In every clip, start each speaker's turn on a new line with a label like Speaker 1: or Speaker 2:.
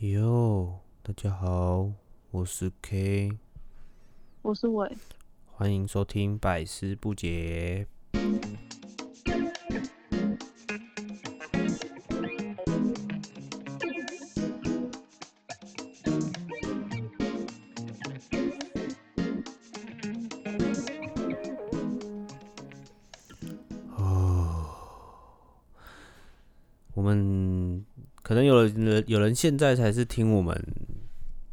Speaker 1: 哟，大家好，我是 K，
Speaker 2: 我是伟，
Speaker 1: 欢迎收听百思不解。哦，我们可能有人有人现在才是听我们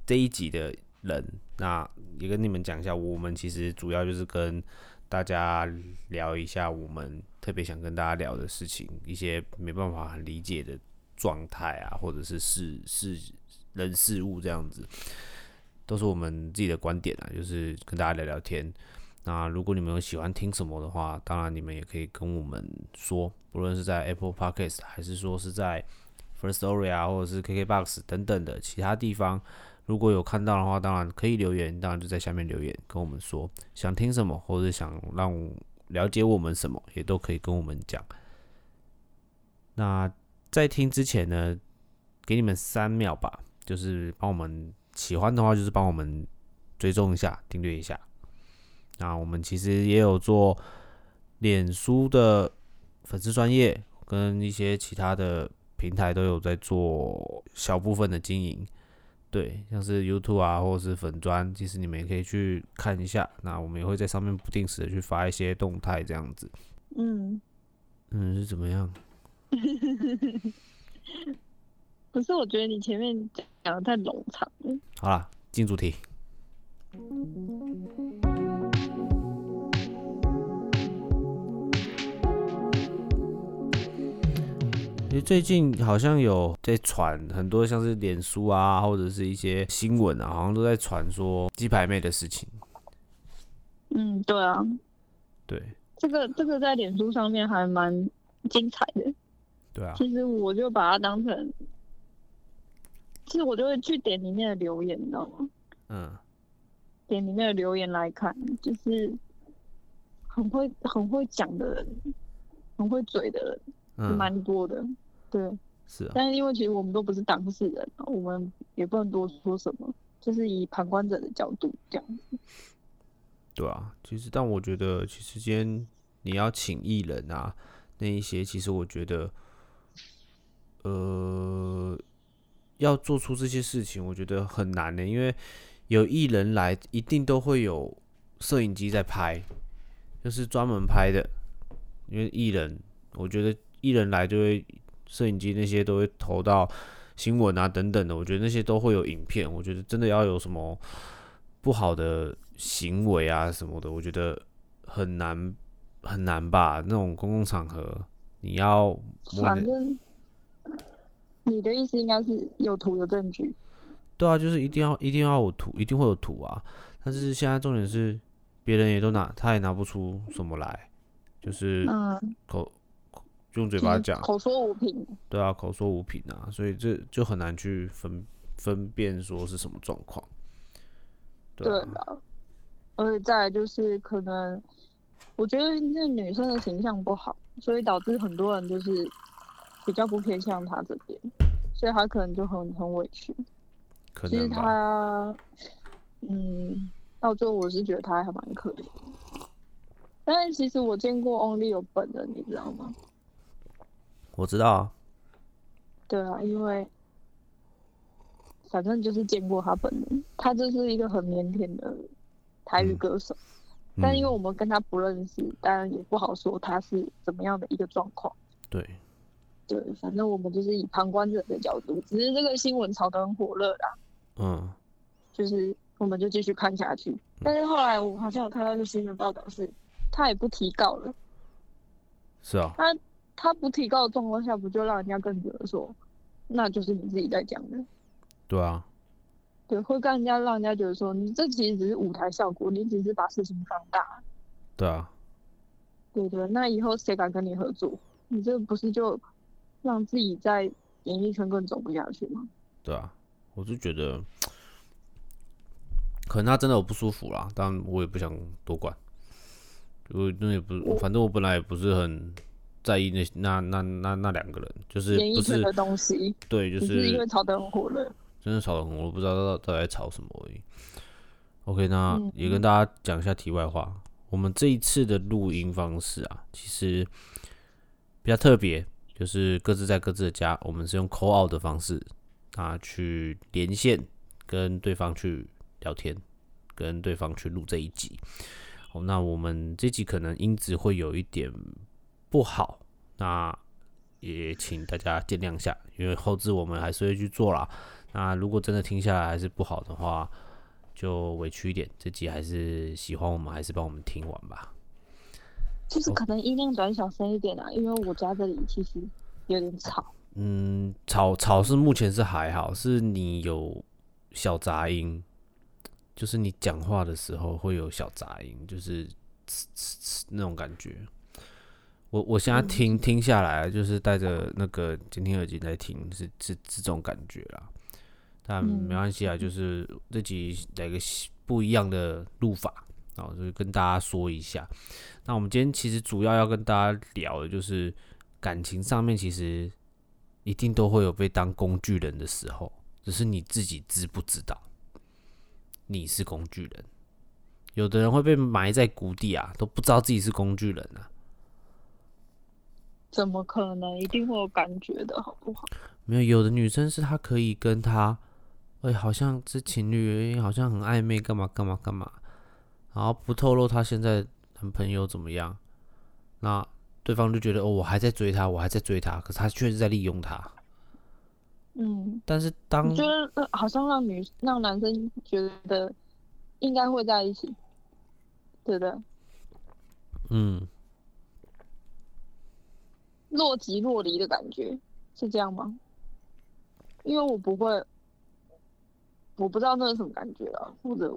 Speaker 1: 这一集的人，那也跟你们讲一下，我们其实主要就是跟大家聊一下我们特别想跟大家聊的事情，一些没办法理解的状态啊，或者是事事人事物这样子，都是我们自己的观点啊，就是跟大家聊聊天。那如果你们有喜欢听什么的话，当然你们也可以跟我们说，不论是在 Apple Podcast 还是说是在 First Story 啊，或者是 KKBox 等等的其他地方，如果有看到的话，当然可以留言，当然就在下面留言跟我们说想听什么，或者想让了解我们什么，也都可以跟我们讲。那在听之前呢，给你们三秒吧，就是帮我们喜欢的话，就是帮我们追踪一下、订阅一下。那我们其实也有做脸书的粉丝专业，跟一些其他的平台都有在做小部分的经营。对，像是 YouTube 啊，或者是粉砖，其实你们也可以去看一下。那我们也会在上面不定时的去发一些动态，这样子。
Speaker 2: 嗯，
Speaker 1: 嗯，是怎么样？
Speaker 2: 可是我觉得你前面讲的太冗长了。
Speaker 1: 好啦，进主题。其实最近好像有在传很多像是脸书啊，或者是一些新闻啊，好像都在传说鸡排妹的事情。
Speaker 2: 嗯，对啊，
Speaker 1: 对，
Speaker 2: 这个这个在脸书上面还蛮精彩的。
Speaker 1: 对啊，
Speaker 2: 其实我就把它当成，其实我就会去点里面的留言，你知道吗？
Speaker 1: 嗯，
Speaker 2: 点里面的留言来看，就是很会很会讲的人，很会嘴的人，
Speaker 1: 嗯，
Speaker 2: 蛮多的。对，
Speaker 1: 是啊，
Speaker 2: 但是因为其实我们都不是当事人，我们也不能多说什么，就是以旁观者的角度这样。
Speaker 1: 对啊。其实，但我觉得，其实今天你要请艺人啊，那一些，其实我觉得，呃，要做出这些事情，我觉得很难的、因为有艺人来，一定都会有摄影机在拍，就是专门拍的。因为艺人，我觉得艺人来就会，摄影机那些都会投到新闻啊等等的，我觉得那些都会有影片。我觉得真的要有什么不好的行为啊什么的，我觉得很难很难吧。那种公共场合，你要摸
Speaker 2: 反
Speaker 1: 你的
Speaker 2: 正你的意思应该是有图有证据，
Speaker 1: 对啊，就是一定要一定要有图，一定会有图啊。但是现在重点是，别人也都拿，他也拿不出什么来，就是
Speaker 2: 嗯，
Speaker 1: 口口用嘴巴
Speaker 2: 就是
Speaker 1: 讲，
Speaker 2: 口说无凭，
Speaker 1: 对啊，口说无凭啊，所以这就很难去分分辨说是什么状况。对
Speaker 2: 对
Speaker 1: 啊，
Speaker 2: 吧？而且再来就是可能，我觉得那女生的形象不好，所以导致很多人就是比较不偏向她这边，所以她可能就很很委屈。
Speaker 1: 可
Speaker 2: 其实
Speaker 1: 能吧。
Speaker 2: 他，嗯，到最后我是觉得他还蛮可怜的。但是其实我见过 Only 有本人，你知道吗？
Speaker 1: 我知道啊，
Speaker 2: 对啊，因为反正就是见过他本人，他就是一个很腼腆的台语
Speaker 1: 嗯
Speaker 2: 歌手。但因为
Speaker 1: 嗯、
Speaker 2: 我们跟他不认识，当然也不好说他是怎么样的一个状况。
Speaker 1: 对，
Speaker 2: 对，反正我们就是以旁观者的角度，只是这个新闻炒得很火热啦。
Speaker 1: 嗯，
Speaker 2: 就是我们就继续看下去。但是后来我好像有看到一个新闻报道是，他也不提告了。
Speaker 1: 是啊，
Speaker 2: 他不提告的状况下，不就让人家更觉得说，那就是你自己在讲的，
Speaker 1: 对啊，
Speaker 2: 对，会让人家让人家觉得说，你这其实只是舞台效果，你只是把事情放大，
Speaker 1: 对啊，
Speaker 2: 对对。那以后谁敢跟你合作？你这不是就让自己在演艺圈更走不下去吗？
Speaker 1: 对啊，我就觉得，可能他真的有不舒服啦，但我也不想多管。我那也不，反正我本来也不是很在意那那那那那两个人，就是
Speaker 2: 演艺
Speaker 1: 不
Speaker 2: 圈
Speaker 1: 是
Speaker 2: 的东西，
Speaker 1: 对，就
Speaker 2: 只是因为
Speaker 1: 是
Speaker 2: 炒得很火热，
Speaker 1: 真的吵得很火，我不知道到到底在吵什么而已。OK，那也跟大家讲一下题外话，我们这一次的录音方式啊，其实比较特别，就是各自在各自的家，我们是用 call out 的方式啊去连线，跟对方去聊天，跟对方去录这一集。哦，那我们这集可能音质会有一点不好，那也请大家见谅一下，因为后置我们还是会去做啦。那如果真的听下来还是不好的话，就委屈一点。这集还是喜欢我们，还是帮我们听完吧。哦
Speaker 2: 就是可能音量转小声一点啊，因为我家这里其实有点吵。
Speaker 1: 嗯，吵吵是目前是还好，是你有小杂音，就是你讲话的时候会有小杂音，就是呲呲呲那种感觉。我我现在听听下来，就是带着那个监听耳机在听，是是是这种感觉啦。但没关系啊，就是这集来个新不一样的录法，然后就是跟大家说一下。那我们今天其实主要要跟大家聊的就是感情上面，其实一定都会有被当工具人的时候，只是你自己知不知道你是工具人。有的人会被埋在谷底啊，都不知道自己是工具人啊。
Speaker 2: 怎么可能？一定会有感觉的，好不好？
Speaker 1: 没有，有的女生是她可以跟他，哎、好像是情侣，哎、好像很暧昧，干嘛干嘛干嘛，然后不透露她现在男朋友怎么样，那对方就觉得哦，我还在追她，我还在追她，可是他确实在利用她。
Speaker 2: 嗯，
Speaker 1: 但是当
Speaker 2: 我觉得呃好像让女让男生觉得应该会在一起，对不对？
Speaker 1: 嗯，
Speaker 2: 若即若离的感觉，是这样吗？因为我不会，我不知道那是什么感觉啊，或者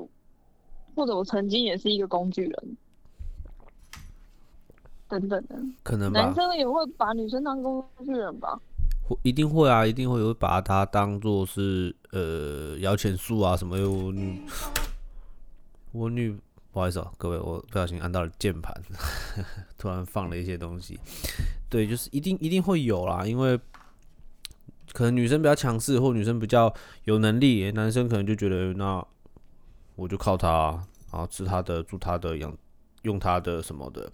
Speaker 2: 或者我曾经也是一个工具人，等等的，
Speaker 1: 可能吧
Speaker 2: 男，生也会把女生当工具人吧？
Speaker 1: 会一定会啊，一定会有把她当做是呃摇钱树啊什么。因为我女，我女，不好意思哦、各位，我不小心按到了键盘， 突然放了一些东西。对，就是一定一定会有啦，因为可能女生比较强势，或女生比较有能力，男生可能就觉得那我就靠她啊，然后吃她的，住她的，养用她的什么的，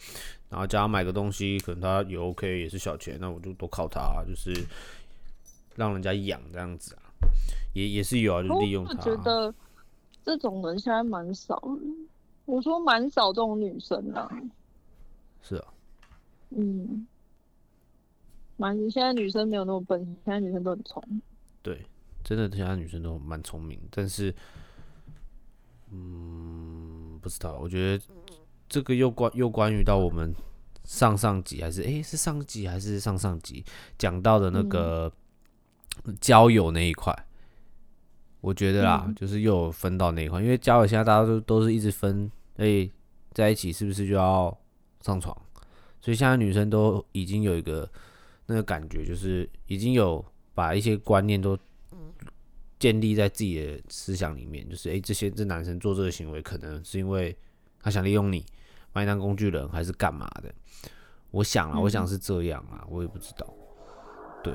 Speaker 1: 然后叫她买个东西，可能她也 OK，也是小钱，那我就都靠她啊、就是让人家养这样子啊，也也是有啊，就是利用
Speaker 2: 我
Speaker 1: 她
Speaker 2: 觉
Speaker 1: 啊。
Speaker 2: 得这种人现在蛮少的，我说蛮少这种女生啊，
Speaker 1: 是啊，
Speaker 2: 嗯，蛮现在女生没有那么笨，现在女生都很聪明。
Speaker 1: 对，真的现在女生都蛮聪明，但是，嗯，不知道，我觉得这个又关又关于到我们上上集还是诶、是上集还是上上集讲到的那个交友那一块。我觉得啦，就是又有分到那一块，因为交友现在大家都都是一直分，诶、在一起是不是就要上床？所以现在女生都已经有一个那个感觉，就是已经有把一些观念都
Speaker 2: 嗯
Speaker 1: 建立在自己的思想里面，就是诶、这些这男生做这个行为，可能是因为他想利用你，把你当工具人，还是干嘛的？我想
Speaker 2: 嗯
Speaker 1: 啊，我想是这样啊，我也不知道。对，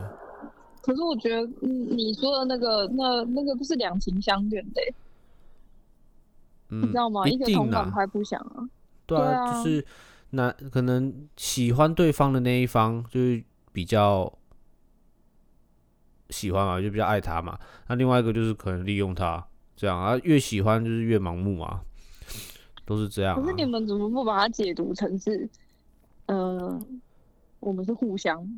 Speaker 2: 可是我觉得嗯你说的那个那那个不是两情相悦的欸、
Speaker 1: 嗯，
Speaker 2: 你知道吗？
Speaker 1: 一
Speaker 2: 个
Speaker 1: 定啊
Speaker 2: 铜
Speaker 1: 啦
Speaker 2: 板拍不响啊。
Speaker 1: 对
Speaker 2: 对
Speaker 1: 啊，
Speaker 2: 啊
Speaker 1: 就是那可能喜欢对方的那一方就是比较喜欢嘛，啊就比较爱他嘛。那另外一个就是可能利用他，这样啊，越喜欢就是越盲目嘛，都是这样、
Speaker 2: 可
Speaker 1: 啊
Speaker 2: 是。你们怎么不把它解读成是，呃，我们是互相？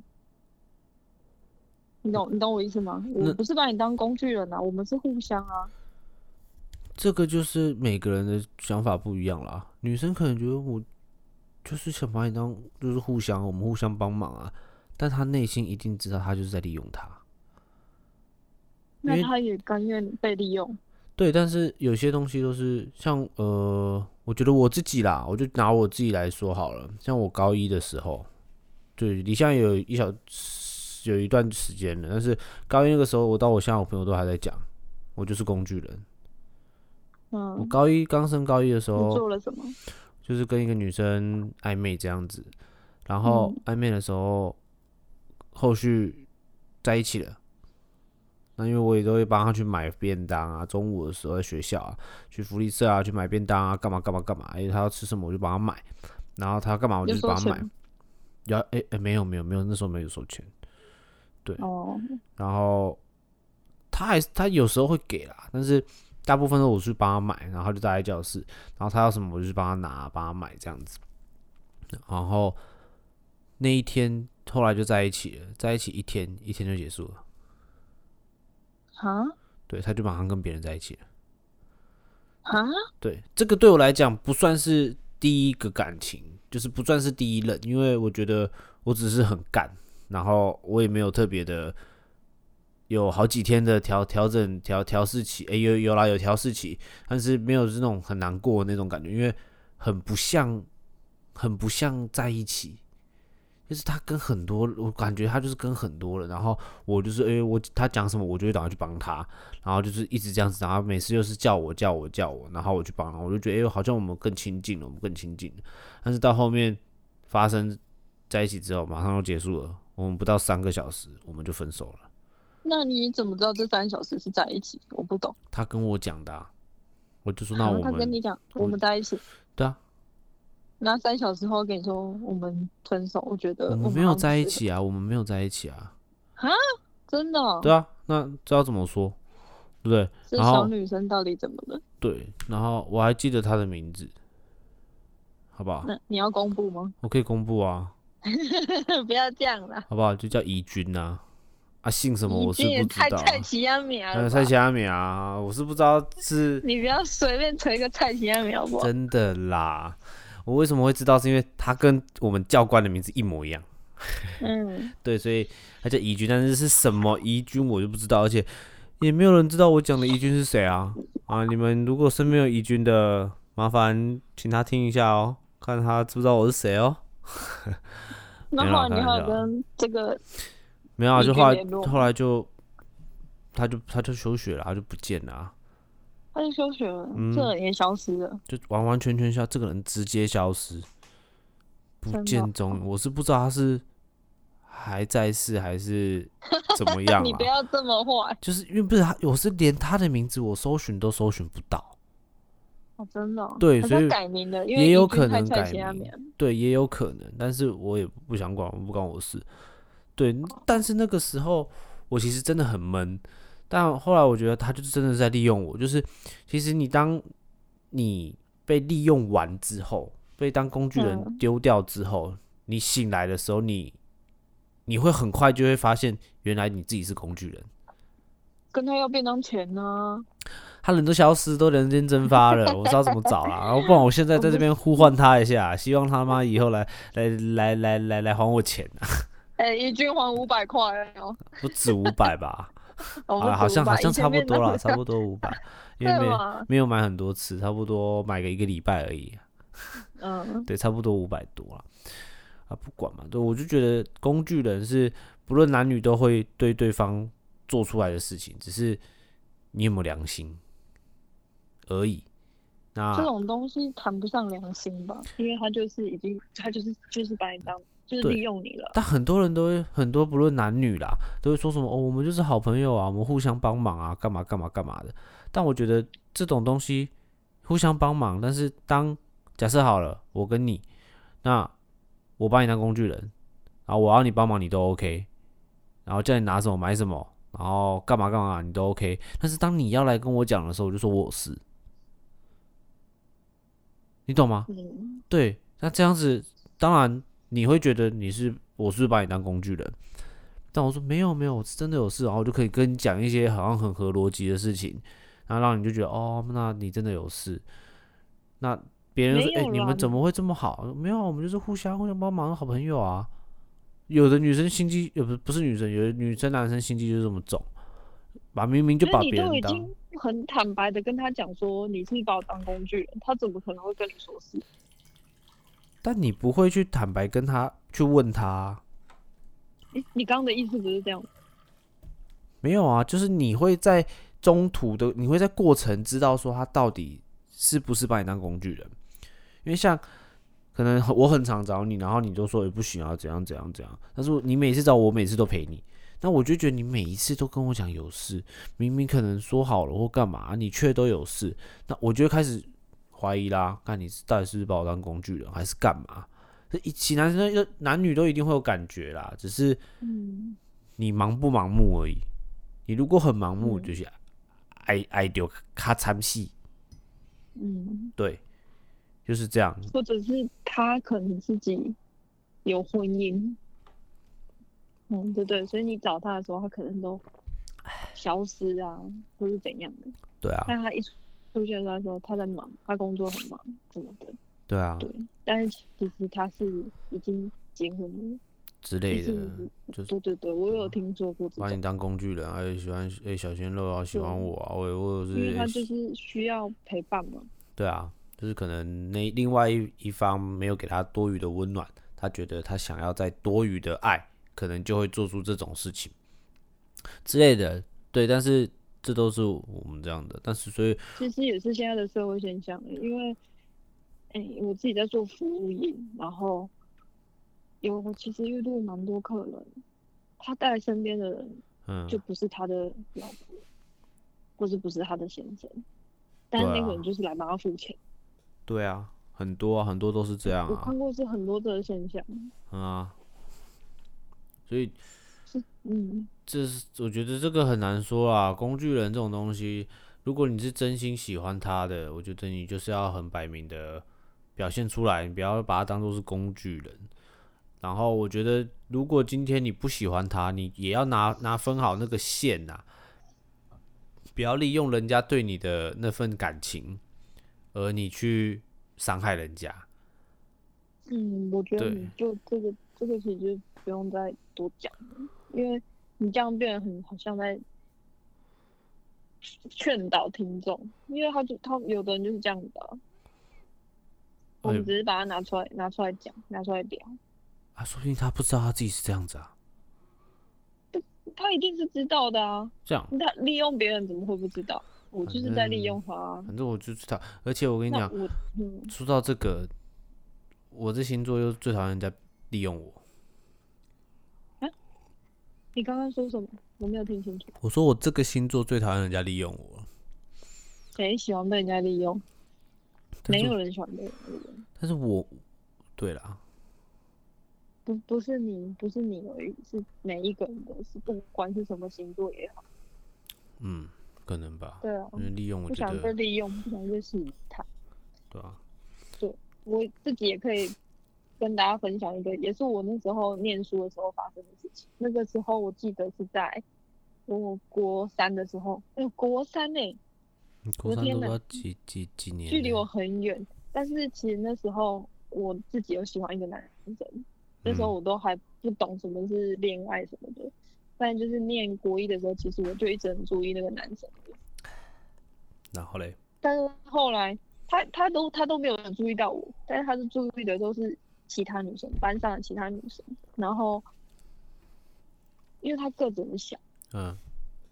Speaker 2: 你懂你懂我意思吗？我
Speaker 1: 嗯那
Speaker 2: 不是把你当工具人啊，我们是互相啊。
Speaker 1: 这个就是每个人的想法不一样啦。女生可能觉得我就是想把你当就是互相，我们互相帮忙啊，但她内心一定知道她就是在利用他。因
Speaker 2: 那
Speaker 1: 为
Speaker 2: 他也甘愿被利用，
Speaker 1: 对，但是有些东西都是像呃，我觉得我自己啦，我就拿我自己来说好了。像我高一的时候，对，离现在有一小有一段时间了，但是高一那个时候，我到我现在我朋友都还在讲，我就是工具人。我
Speaker 2: 嗯，
Speaker 1: 高一刚升高一的时
Speaker 2: 你
Speaker 1: 候，
Speaker 2: 做了什么？
Speaker 1: 就是跟一个女生暧昧这样子，然
Speaker 2: 嗯
Speaker 1: 后暧昧的时候，后续在一起了，那因为我也都会帮他去买便当啊，中午的时候在学校啊，去福利社啊，去买便当啊，干嘛干嘛干嘛，因为他要吃什么我就帮他买，然后他干嘛我哦就
Speaker 2: 有
Speaker 1: 去
Speaker 2: 收
Speaker 1: 帮他买
Speaker 2: 钱。
Speaker 1: 要哎哎没有没有没有，那时候没有收钱。
Speaker 2: 哦，
Speaker 1: 然后他还是他有时候会给啦，但是大部分都我去帮他买，然后他就待在教室，然后他要什么我就去帮他拿、帮他买这样子。然后那一天后来就在一起了，在一起一天，一天就结束了。
Speaker 2: 哈
Speaker 1: 对，他就马上跟别人在一起了。
Speaker 2: 哈，
Speaker 1: 对，这个对我来讲不算是第一个感情，就是不算是第一任，因为我觉得我只是很干，然后我也没有特别的有好几天的调调整调调试期，诶，有有啦有调试期，但是没有是那种很难过的那种感觉，因为很不像，很不像在一起。就是他跟很多，我感觉他就是跟很多人，然后我就是，诶，我他讲什么，我就会赶快去帮他，然后就是一直这样子，然后每次又是叫我叫我叫我，然后我去帮他，我就觉得哎、好像我们更亲近了，我们更亲近了。但是到后面发生在一起之后，马上就结束了，我们不到三个小时我们就分手了。
Speaker 2: 那你怎么知道这三小时是在一起？我不懂。
Speaker 1: 他跟我讲的、啊，我就说那
Speaker 2: 啊
Speaker 1: 我
Speaker 2: 他跟
Speaker 1: 们
Speaker 2: 你讲
Speaker 1: 我
Speaker 2: 我们在一起，
Speaker 1: 对啊，
Speaker 2: 那三小时后跟你说我们分手，我觉得
Speaker 1: 我
Speaker 2: 呃我
Speaker 1: 们没有
Speaker 2: 好像
Speaker 1: 在一
Speaker 2: 不适合，
Speaker 1: 起啊，我们没有在一起啊，
Speaker 2: 真的哦、
Speaker 1: 对啊，那这要怎么说，对不对？
Speaker 2: 这
Speaker 1: 然后
Speaker 2: 小女生到底怎么了？
Speaker 1: 对，然后我还记得他的名字，好不好？
Speaker 2: 那你要公布吗？
Speaker 1: 我可以公布啊，
Speaker 2: 不要这样啦，
Speaker 1: 好不好？就叫怡君啊，啊姓什么
Speaker 2: 你
Speaker 1: 我是
Speaker 2: 这也
Speaker 1: 不知
Speaker 2: 太
Speaker 1: 道啊。
Speaker 2: 蔡奇亚米亚
Speaker 1: 还有
Speaker 2: 了
Speaker 1: 蔡
Speaker 2: 吧？
Speaker 1: 奇阿米啊，我是不知道是
Speaker 2: 你不要随便锤个蔡奇亚米好不好？
Speaker 1: 真的啦。我为什么会知道？是因为他跟我们教官的名字一模一样，
Speaker 2: 嗯，
Speaker 1: 对，所以他叫怡君，但是是什么怡君我就不知道，而且也没有人知道我讲的怡君是谁啊啊！你们如果身边有怡君的，麻烦请他听一下哦，看他知不知道我是谁哦。
Speaker 2: 那
Speaker 1: 没有
Speaker 2: 后
Speaker 1: 啦
Speaker 2: 来你
Speaker 1: 开玩
Speaker 2: 还有
Speaker 1: 笑啊的
Speaker 2: 跟这个
Speaker 1: 没有啊，
Speaker 2: 怡
Speaker 1: 就
Speaker 2: 君
Speaker 1: 后来
Speaker 2: 联络吗
Speaker 1: 后来就他就他就休学了，他就不见了、啊，
Speaker 2: 他就休学了，
Speaker 1: 嗯
Speaker 2: 这人也消失了，
Speaker 1: 就完完全全消，这个人直接消失，不
Speaker 2: 真的哦
Speaker 1: 见踪影。我是不知道他是还在世还是怎 么样
Speaker 2: 你不
Speaker 1: 啦，
Speaker 2: 要这么坏
Speaker 1: 就是因为不是他，我是连他的名字我搜寻都搜寻不到。
Speaker 2: 哦，真的哦。
Speaker 1: 对
Speaker 2: 他
Speaker 1: 所以
Speaker 2: 就改名了，因为
Speaker 1: 也有
Speaker 2: 一句
Speaker 1: 可
Speaker 2: 太
Speaker 1: 能
Speaker 2: 蔡
Speaker 1: 改
Speaker 2: 奇亚米
Speaker 1: 名
Speaker 2: 亚，
Speaker 1: 对，也有可能，但是我也不想管，不关我事。对，但是那个时候我其实真的很闷，但后来我觉得他就是真的是在利用我，就是其实你当你被利用完之后，被当工具人
Speaker 2: 嗯
Speaker 1: 丢掉之后，你醒来的时候你你会很快就会发现，原来你自己是工具人。
Speaker 2: 跟他要便当钱呢、
Speaker 1: 他人都消失，都人间蒸发了，我知道怎么找啦。然后不然我现在在这边呼唤他一下，希望他妈以后来来来来来来还我钱啊，
Speaker 2: 哎、一句还五百块哦，
Speaker 1: 不止五百吧？
Speaker 2: 我
Speaker 1: 啊好
Speaker 2: 们
Speaker 1: 啦，好像
Speaker 2: 500
Speaker 1: 好像
Speaker 2: 以前
Speaker 1: 差不
Speaker 2: 面
Speaker 1: 多
Speaker 2: 那
Speaker 1: 啦，
Speaker 2: 个
Speaker 1: 差不多五百，因为
Speaker 2: 对
Speaker 1: 没
Speaker 2: 嘛，
Speaker 1: 没有买很多次，差不多买个一个礼拜而已，
Speaker 2: 嗯，
Speaker 1: 对，差不多五百多啦。啊，不管嘛，对，我就觉得工具人是不论男女都会对对方做出来的事情，只是你有没有良心而已。那
Speaker 2: 这种东西谈不上良心吧，因为他就是已经，他就是就是把你当，就是
Speaker 1: 对
Speaker 2: 利用你了。
Speaker 1: 但很多人都会，很多不论男女啦，都会说什么哦，我们就是好朋友啊，我们互相帮忙啊，干嘛干嘛干嘛的。但我觉得这种东西互相帮忙，但是当假设好了，我跟你，那我把你当工具人，然后我要你帮忙你都 OK，然后叫你拿什么买什么，然后干嘛干嘛你都 OK。但是当你要来跟我讲的时候，我就说我有事，你懂吗？
Speaker 2: 嗯，
Speaker 1: 对，那这样子，当然你会觉得你是我是不是把你当工具人，但我说没有没有，我是真的有事，然后我就可以跟你讲一些好像很合逻辑的事情，然后让你就觉得哦，那你真的有事。那别人就说
Speaker 2: 没
Speaker 1: 哎、
Speaker 2: 有
Speaker 1: 你
Speaker 2: 啦
Speaker 1: 们怎么会这么好？没有，我们就是互相互相帮忙，好朋友啊。有的女生心机，呃，不是不是女生，有的女生男生心机就是这么重，把明明就
Speaker 2: 因为
Speaker 1: 把
Speaker 2: 你
Speaker 1: 别
Speaker 2: 都
Speaker 1: 人
Speaker 2: 已
Speaker 1: 当
Speaker 2: 经很坦白的跟他讲说你是把我当工具人，他怎么可能会跟你说是？
Speaker 1: 但你不会去坦白跟他去问他啊、
Speaker 2: 你你刚刚的意思不是这样？
Speaker 1: 没有啊，就是你会在中途的，你会在过程知道说他到底是不是把你当工具人，因为像可能我很常找你，然后你就说也、不行啊，怎样怎样怎样，但是你每次找我，我每次都陪你，那我就觉得你每一次都跟我讲有事，明明可能说好了或干嘛，啊你却都有事，那我就会开始怀疑啦，看你是到底是不是把我当工具人，还是干嘛？这一起男生就男女都一定会有感觉啦，只是
Speaker 2: 嗯，
Speaker 1: 你盲不盲目而已。你如果很盲目，
Speaker 2: 嗯
Speaker 1: 就是爱爱丢咔嚓戏，
Speaker 2: 嗯，
Speaker 1: 对，就是这样。
Speaker 2: 或者是他可能自己有婚姻，嗯，对对，所以你找他的时候，他可能都消失啊，或是怎样的。
Speaker 1: 对啊，
Speaker 2: 但他一出现的时候，他在忙，他工作很忙什么的，
Speaker 1: 对啊，
Speaker 2: 对。但是其实他是已经结婚
Speaker 1: 之
Speaker 2: 了，
Speaker 1: 类
Speaker 2: 就
Speaker 1: 的，
Speaker 2: 是
Speaker 1: 就是
Speaker 2: 对对对，我有听说过这
Speaker 1: 把
Speaker 2: 种
Speaker 1: 你，当工具人，哎，喜欢哎小鲜肉啊，喜欢我啊，我我
Speaker 2: 因为他
Speaker 1: 者
Speaker 2: 就是是需要陪伴嘛，
Speaker 1: 对啊，就是可能那另外一一方没有给他多余的温暖，他觉得他想要再多余的爱，可能就会做出这种事情之类的。对，但是这都是我们这样的，但是所以
Speaker 2: 其实也是现在的社会现象，因为，哎、我自己在做服务业，然后有我其实遇到蛮多客人，他带身边的人
Speaker 1: 嗯，
Speaker 2: 就不是他的老婆，或是不是他的先生，但是
Speaker 1: 对啊
Speaker 2: 那个人就是来帮他付钱。
Speaker 1: 对啊，很多啊，很多都是这样
Speaker 2: 我
Speaker 1: 啊
Speaker 2: 看，过是很多的现象，
Speaker 1: 嗯啊，所以
Speaker 2: 嗯，
Speaker 1: 这是我觉得这个很难说啦。工具人这种东西，如果你是真心喜欢他的，我觉得你就是要很摆明的表现出来，你不要把他当做是工具人。然后我觉得，如果今天你不喜欢他，你也要拿拿分好那个线呐、不要利用人家对你的那份感情，而你去伤害人家。
Speaker 2: 嗯，我觉得
Speaker 1: 对
Speaker 2: 你就这个这个其实不用再多讲了，因为你这样变得很好像在劝导听众，因为他就他有的人就是这样的啊，我
Speaker 1: 哎
Speaker 2: 们只是把它拿出来拿出来讲，拿出来聊，
Speaker 1: 啊，说不定他不知道他自己是这样子啊，
Speaker 2: 他一定是知道的啊，
Speaker 1: 这样，
Speaker 2: 他利用别人怎么会不知道？我就是在利
Speaker 1: 嗯
Speaker 2: 用他、啊。
Speaker 1: 反正我就知道。而且我跟你
Speaker 2: 那
Speaker 1: 讲，
Speaker 2: 我嗯，
Speaker 1: 说到这个，我这星座又最讨厌人家利用我。
Speaker 2: 你刚刚说什么？我没有听清楚。
Speaker 1: 我说我这个星座最讨厌人家利用我，
Speaker 2: 谁喜欢被人家利用？
Speaker 1: 但
Speaker 2: 没
Speaker 1: 是
Speaker 2: 有人喜欢被人家利用，
Speaker 1: 但是我，对啦，
Speaker 2: 不不是你，不是你而已，是每一个人都是，不管是什么星座也好。
Speaker 1: 嗯，可能吧，
Speaker 2: 对啊，
Speaker 1: 因为利用嗯我
Speaker 2: 不
Speaker 1: 觉
Speaker 2: 想被
Speaker 1: 得，
Speaker 2: 利用，不想被试探。
Speaker 1: 对啊，
Speaker 2: 我自己也可以跟大家分享一个，也是我那时候念书的时候发生的事情。那个时候我记得是在我国三的时候，哎、国三呢、
Speaker 1: 你高
Speaker 2: 我
Speaker 1: 三
Speaker 2: 天
Speaker 1: 都不知
Speaker 2: 哪
Speaker 1: 道几几几年了，
Speaker 2: 距离我很远，但是其实那时候我自己有喜欢一个男生，那时候
Speaker 1: 嗯
Speaker 2: 我都还不懂什么是恋爱什么的，但就是念国一的时候，其实我就一直很注意那个男生的，
Speaker 1: 然后嘞，
Speaker 2: 但是后来他他都他都没有注意到我，但是他是注意的都是其他女生班上的其他女生，然后因为他个子很小，
Speaker 1: 嗯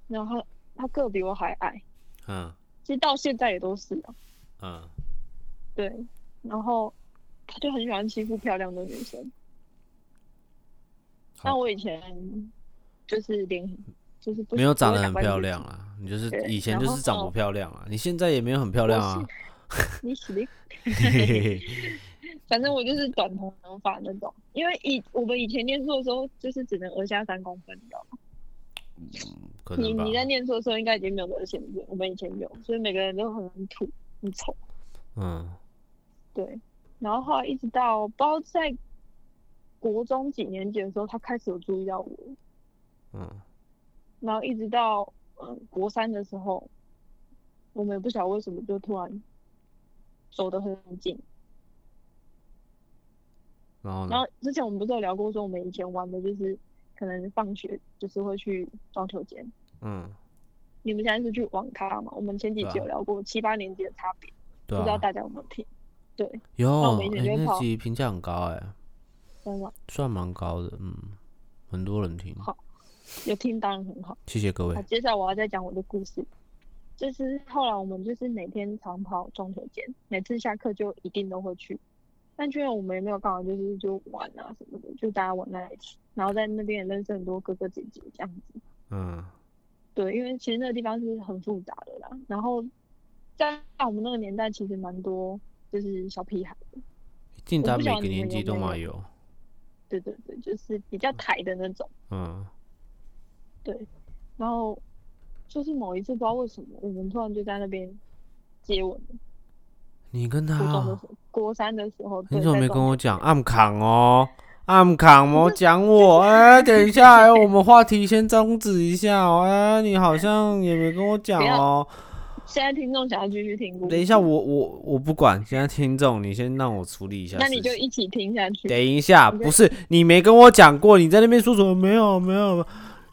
Speaker 2: 然后他他个比我还矮，
Speaker 1: 嗯
Speaker 2: 其实到现在也都是啊，
Speaker 1: 嗯，
Speaker 2: 对，然后他就很喜欢欺负漂亮的女生。那
Speaker 1: 好
Speaker 2: 我以前就是脸就是不
Speaker 1: 没有
Speaker 2: 不
Speaker 1: 长
Speaker 2: 会
Speaker 1: 得
Speaker 2: 打
Speaker 1: 很
Speaker 2: 扮
Speaker 1: 漂
Speaker 2: 自己
Speaker 1: 亮，啦，你就是
Speaker 2: 对
Speaker 1: 以前
Speaker 2: 然
Speaker 1: 就是长
Speaker 2: 后
Speaker 1: 不漂亮啊啦，你现在也没有很漂亮啊，
Speaker 2: 你洗的，
Speaker 1: 嘿嘿嘿嘿
Speaker 2: 反正我就是短头长发那种。因为以我们以前念书的时候，就是只能额下三公分，你知道吗？
Speaker 1: 可
Speaker 2: 你
Speaker 1: 能吧
Speaker 2: 你，在念书的时候应该已经没有这个限制，我们以前有，所以每个人都很土很丑，
Speaker 1: 嗯
Speaker 2: 对。然后后来一直到不知道在国中几年级的时候，他开始有注意到我，
Speaker 1: 嗯，
Speaker 2: 然后一直到嗯国三的时候，我们也不晓得为什么就突然走得很近。
Speaker 1: 然后呢
Speaker 2: 然，后之前我们不是有聊过，说我们以前玩的就是可能放学就是会去撞球间，
Speaker 1: 嗯，
Speaker 2: 你们现在是去网咖嘛？我们前几
Speaker 1: 对啊
Speaker 2: 集有聊过七八年级的差别，
Speaker 1: 对
Speaker 2: 不知道
Speaker 1: 啊，
Speaker 2: 大家有没有听？对，
Speaker 1: 有，
Speaker 2: 我们以前
Speaker 1: 哎，
Speaker 2: 就
Speaker 1: 那
Speaker 2: 跑
Speaker 1: 集评价很高哎。
Speaker 2: 真的
Speaker 1: 算蛮高的，嗯，很多人听。
Speaker 2: 好有听当然很好。
Speaker 1: 谢谢各
Speaker 2: 好，
Speaker 1: 位。
Speaker 2: 接下来我要再讲我的故事，就是后来我们就是每天长跑撞球间，每次下课就一定都会去，但去年我们也没有干嘛，就是就玩啊什么的，就大家玩在一起，然后在那边也认识很多哥哥姐姐这样子。
Speaker 1: 嗯，
Speaker 2: 对，因为其实那个地方是很复杂的啦。然后在我们那个年代，其实蛮多就是小屁孩的，
Speaker 1: 一定
Speaker 2: 我
Speaker 1: 他
Speaker 2: 不
Speaker 1: 每
Speaker 2: 晓得
Speaker 1: 个
Speaker 2: 你们
Speaker 1: 年纪
Speaker 2: 有
Speaker 1: 都
Speaker 2: 没
Speaker 1: 嘛
Speaker 2: 有
Speaker 1: 有，
Speaker 2: 对对对，就是比较台的那种。
Speaker 1: 嗯，
Speaker 2: 然后就是某一次不知道为什么，我们突然就在那边接吻了。
Speaker 1: 你跟他
Speaker 2: 国中的
Speaker 1: 哦
Speaker 2: 时，候，国三的时候，
Speaker 1: 你
Speaker 2: 对
Speaker 1: 怎么
Speaker 2: 在
Speaker 1: 没
Speaker 2: 中
Speaker 1: 跟我
Speaker 2: 间
Speaker 1: 讲暗扛哦？暗扛哦，讲我哎、等一下哎、我们话题先终止一下哦哎、你好像也没跟我讲
Speaker 2: 不要
Speaker 1: 哦。
Speaker 2: 现在听众想要继续听故事，
Speaker 1: 等一下，我我我不管，现在听众你先让我处理一下事
Speaker 2: 那
Speaker 1: 情。
Speaker 2: 你就一起听下 去。
Speaker 1: 等一下，
Speaker 2: 你
Speaker 1: 不是你没跟我讲过，你在那边说什么？没有没有，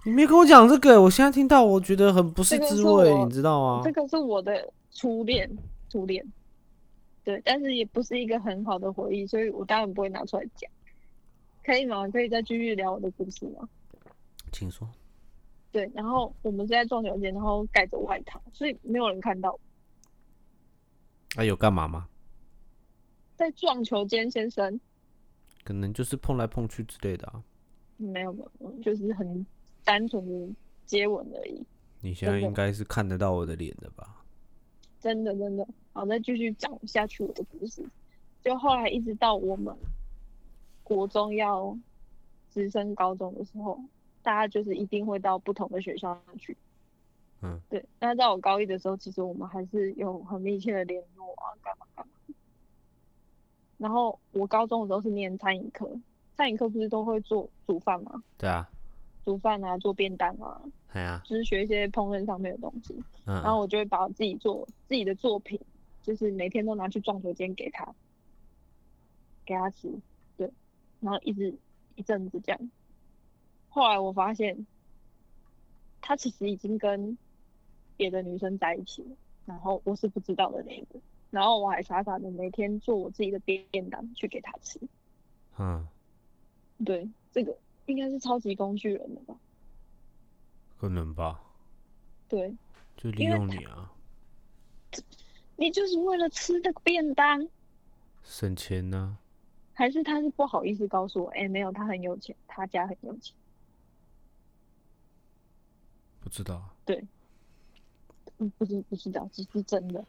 Speaker 1: 你没跟我讲这个，我现在听到我觉得很不是
Speaker 2: 这个
Speaker 1: 滋
Speaker 2: 是
Speaker 1: 味，
Speaker 2: 我
Speaker 1: 你知道吗
Speaker 2: 这？个是我的初恋，初恋，对，但是也不是一个很好的回忆，所以我当然不会拿出来讲。可以吗？可以再继续聊我的故事吗？
Speaker 1: 请说。
Speaker 2: 对，然后我们是在撞球间，然后盖着外套，所以没有人看到我。
Speaker 1: 啊，有干嘛吗？
Speaker 2: 在撞球间，先生，
Speaker 1: 可能就是碰来碰去之类的啊。
Speaker 2: 没有没有，就是很单纯的接吻而已。
Speaker 1: 你现在
Speaker 2: 真的
Speaker 1: 应该是看得到我的脸的吧？
Speaker 2: 真的真的，好，再继续讲下去我的故事。就后来一直到我们国中要直升高中的时候，大家就是一定会到不同的学校去。
Speaker 1: 嗯，
Speaker 2: 对。那在我高一的时候，其实我们还是有很密切的联络啊，干嘛干嘛。然后我高中的时候是念餐饮课，餐饮课不是都会做煮饭吗？
Speaker 1: 对啊，
Speaker 2: 煮饭啊，做便当啊，
Speaker 1: 哎呀、
Speaker 2: 就是学一些烹饪上面的东西。
Speaker 1: 嗯，
Speaker 2: 然后我就会把我自己做自己的作品，就是每天都拿去撞球间给他，给他吃，对，然后一直一阵子这样。后来我发现，他其实已经跟别的女生在一起了，然后我是不知道的那个，然后我还傻傻的每天做我自己的便当去给他吃，
Speaker 1: 嗯，
Speaker 2: 对，这个应该是超级工具人了吧？
Speaker 1: 可能吧，
Speaker 2: 对，
Speaker 1: 就利
Speaker 2: 因为
Speaker 1: 用你啊，
Speaker 2: 你就是为了吃这个便当，
Speaker 1: 省钱呢、
Speaker 2: 还是他是不好意思告诉我，哎、没有，他很有钱，他家很有钱，
Speaker 1: 不知道，
Speaker 2: 嗯，不知不知道，这是真的。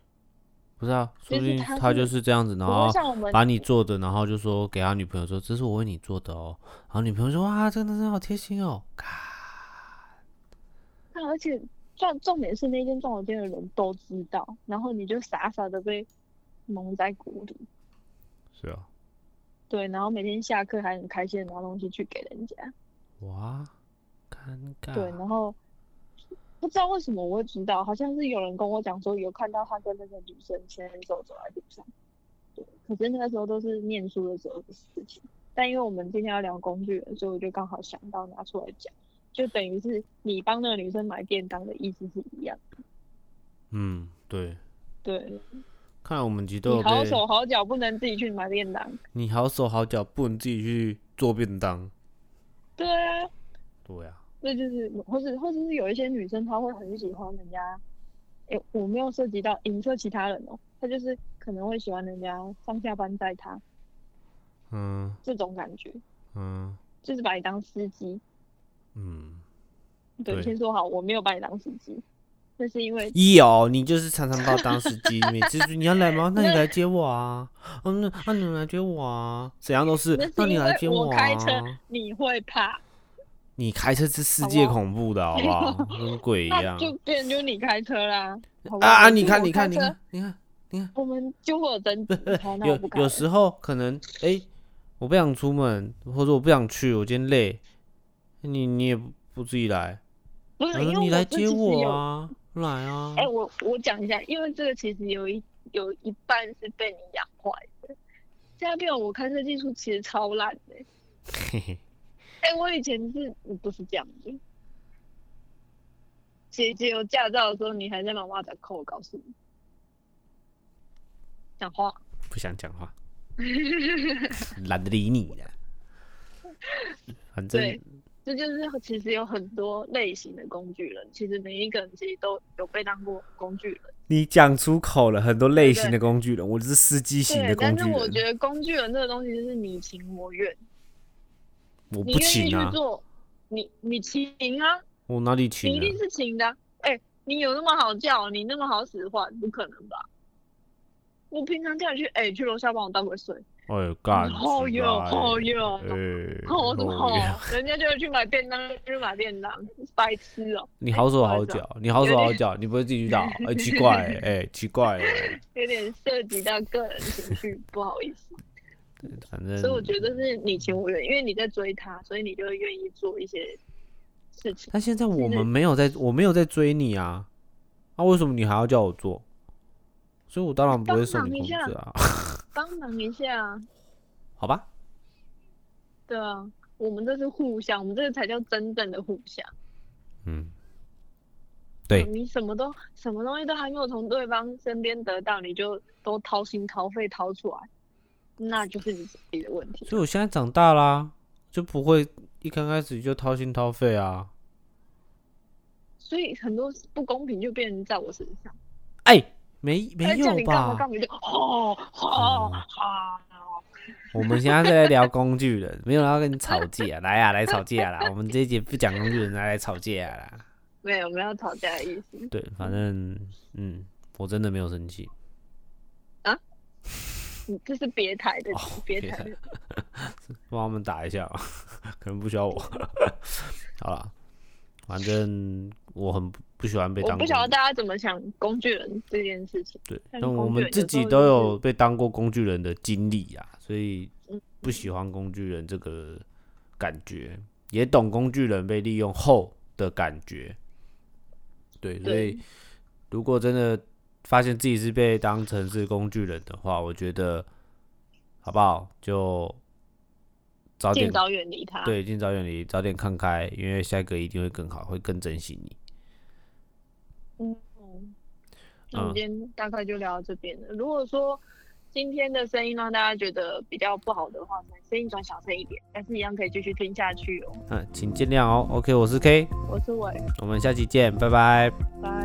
Speaker 1: 不是啊，说
Speaker 2: 就
Speaker 1: 不
Speaker 2: 是
Speaker 1: 定
Speaker 2: 他
Speaker 1: 他
Speaker 2: 是
Speaker 1: 就是这样子，然
Speaker 2: 不会
Speaker 1: 后
Speaker 2: 像我们
Speaker 1: 哦把你做的，然后就说给他女朋友说这是我为你做的哦，然后女朋友说哇，真的是好贴心哦，咔，
Speaker 2: 那而且重重点是那间撞我店的人都知道，然后你就傻傻的被蒙在鼓里，
Speaker 1: 是啊，
Speaker 2: 对，然后每天下课还很开心的拿东西去给人家，
Speaker 1: 哇，尴尬，
Speaker 2: 对，然后不知道为什么我会知道，好像是有人跟我讲说有看到他跟那个女生牵手走在路上，对，可是那个时候都是念书的时候的事情。但因为我们今天要聊工具人，所以我就刚好想到拿出来讲，就等于是你帮那个女生买便当的意思是一样。
Speaker 1: 嗯，对，
Speaker 2: 对，
Speaker 1: 看来我们其实都
Speaker 2: 你
Speaker 1: 有
Speaker 2: 好
Speaker 1: 被
Speaker 2: 手好脚不能自己去买便当。
Speaker 1: 你好手好脚，不能自己去做便当，
Speaker 2: 对啊，
Speaker 1: 对啊，
Speaker 2: 这就是，或者或者是有一些女生她会很喜欢人家，诶、我没有涉及到影射其他人哦，她就是可能会喜欢人家上下班载她
Speaker 1: 嗯
Speaker 2: 这种感觉，
Speaker 1: 嗯
Speaker 2: 就是把你当司机。
Speaker 1: 嗯，
Speaker 2: 对，
Speaker 1: 对
Speaker 2: 先说好，我没有把你当司机，那是因为
Speaker 1: 有哦你就是常常把我当司机，每次说你要来吗？那你
Speaker 2: 那
Speaker 1: 来接我啊，嗯，那那你来接我啊，怎样都是
Speaker 2: 那，
Speaker 1: 那
Speaker 2: 是
Speaker 1: 你
Speaker 2: 因
Speaker 1: 来接
Speaker 2: 为我开车
Speaker 1: 啊。
Speaker 2: 你会怕，
Speaker 1: 你开车是世
Speaker 2: 好不
Speaker 1: 界
Speaker 2: 好
Speaker 1: 恐怖的，好不 好？跟鬼一
Speaker 2: 那
Speaker 1: 样
Speaker 2: 就变成就是你开车啦。好不
Speaker 1: 啊
Speaker 2: 好
Speaker 1: 啊！
Speaker 2: 就是
Speaker 1: 你看，
Speaker 2: 我
Speaker 1: 你看，你
Speaker 2: 开车
Speaker 1: 看，你 看，你看，
Speaker 2: 我们就会有争执， 好那我不
Speaker 1: 有
Speaker 2: 开
Speaker 1: 有
Speaker 2: 了。
Speaker 1: 时候可能哎、我不想出门，或者我不想去，我今天累，你你也不不自己来，
Speaker 2: 不是
Speaker 1: 然
Speaker 2: 因
Speaker 1: 后
Speaker 2: 为
Speaker 1: 说你来
Speaker 2: 是
Speaker 1: 接
Speaker 2: 其实
Speaker 1: 我
Speaker 2: 有
Speaker 1: 啊，来啊
Speaker 2: 哎、，我我讲一下，因为这个其实有一有一半是被你养坏的。现在变成我开车技术其实超烂的、
Speaker 1: 嘿嘿，
Speaker 2: 哎、我以前是不是这样的？姐姐有驾照的时候，你还在妈妈在扣，我告诉你，讲话。
Speaker 1: 不想讲 话，懒得理你了。反正
Speaker 2: 对这就是其实有很多类型的工具人，其实每一个人其实都有被当过工具人，
Speaker 1: 你讲出口了很多类型的工具人，我是司机型
Speaker 2: 对
Speaker 1: 的，工
Speaker 2: 但
Speaker 1: 具
Speaker 2: 是
Speaker 1: 人，
Speaker 2: 我觉得工具人这个东西就是你情我愿，
Speaker 1: 我
Speaker 2: 你
Speaker 1: 不
Speaker 2: 愿意
Speaker 1: 请
Speaker 2: 去
Speaker 1: 啊，
Speaker 2: 做，你你情啊，
Speaker 1: 我哪里
Speaker 2: 你一
Speaker 1: 请
Speaker 2: 定
Speaker 1: 了？
Speaker 2: 是情的啊。哎、你有那么好叫，你那么好使唤，不可能吧？我平常叫你去，哎、去楼下帮我倒个水，
Speaker 1: 哎呦干，
Speaker 2: 嗯好
Speaker 1: 奇
Speaker 2: 有
Speaker 1: 怪
Speaker 2: 好有
Speaker 1: 哎，
Speaker 2: 吼什么
Speaker 1: 好
Speaker 2: 吼
Speaker 1: 有？
Speaker 2: 人家就会去买便当，就去买便当，白痴哦、
Speaker 1: 你好手
Speaker 2: 不好
Speaker 1: 好
Speaker 2: 意思啊
Speaker 1: 脚，你好手好脚，你不会自己去打？哎，奇怪， 哎，奇怪，哎
Speaker 2: 有点涉及到个人情绪，不好意思。
Speaker 1: 反正
Speaker 2: 所以我觉得是你情我愿，因为你在追他，所以你就会愿意做一些事情。
Speaker 1: 但现在我
Speaker 2: 是
Speaker 1: 们没有在，我没有在追你啊，那、为什么你还要叫我做？所以我当然不会送你工
Speaker 2: 帮忙
Speaker 1: 资啊，
Speaker 2: 帮忙一下啊，
Speaker 1: 好吧？
Speaker 2: 对啊，我们这是互相，我们这个才叫真正的互相。
Speaker 1: 嗯，对
Speaker 2: 哦你什么都什么东西都还没有从对方身边得到，你就都掏心掏肺掏出来，那就是你自己的问题。
Speaker 1: 所以我现在长大啦、就不会一刚开始就掏心掏肺啊。
Speaker 2: 所以很多不公平就变成在我身上。
Speaker 1: 哎、没没
Speaker 2: 哎叫
Speaker 1: 有
Speaker 2: 你干
Speaker 1: 吧？
Speaker 2: 嘛
Speaker 1: 嗯
Speaker 2: 干嘛就哦哦哦，
Speaker 1: 我们现在在聊工具人，没有人要跟你吵架，来啊，来吵架啦！我们这一节不讲工具人，来来吵架啦。
Speaker 2: 没有没有吵架的意思。
Speaker 1: 对，反正嗯，我真的没有生气。
Speaker 2: 你嗯这是别台的
Speaker 1: 哦，
Speaker 2: 别
Speaker 1: 别
Speaker 2: 台
Speaker 1: 台
Speaker 2: 的。
Speaker 1: 帮他们打一下 吧，可能不需要我。 好了，反正我很不不喜欢被
Speaker 2: 我
Speaker 1: 当
Speaker 2: 不
Speaker 1: 工具
Speaker 2: 晓得
Speaker 1: 人。
Speaker 2: 大家怎么想工具人这件事情。
Speaker 1: 对，
Speaker 2: 但
Speaker 1: 但我
Speaker 2: 工具
Speaker 1: 们
Speaker 2: 人
Speaker 1: 自
Speaker 2: 有时
Speaker 1: 己
Speaker 2: 候
Speaker 1: 都
Speaker 2: 就
Speaker 1: 有
Speaker 2: 是
Speaker 1: 被当过工具人的经历啊，所以
Speaker 2: 嗯
Speaker 1: 不喜欢工具人这个感觉，也懂工具人被利用后的感觉。对，所以
Speaker 2: 对
Speaker 1: 如果真的发现自己是被当成是工具人的话，我觉得好不好就早点
Speaker 2: 尽早远离他。
Speaker 1: 对，尽早远离，早点看开，因为下一个一定会更好，会更珍惜你。
Speaker 2: 嗯，那
Speaker 1: 嗯
Speaker 2: 我们今天大概就聊到这边了。如果说今天的声音让大家觉得比较不好的话，声音转小声一点，但是一样可以继续听下去哦。
Speaker 1: 嗯，请见谅哦。OK，我是 K，
Speaker 2: 我是伟，
Speaker 1: 我们下期见，拜拜。
Speaker 2: 拜。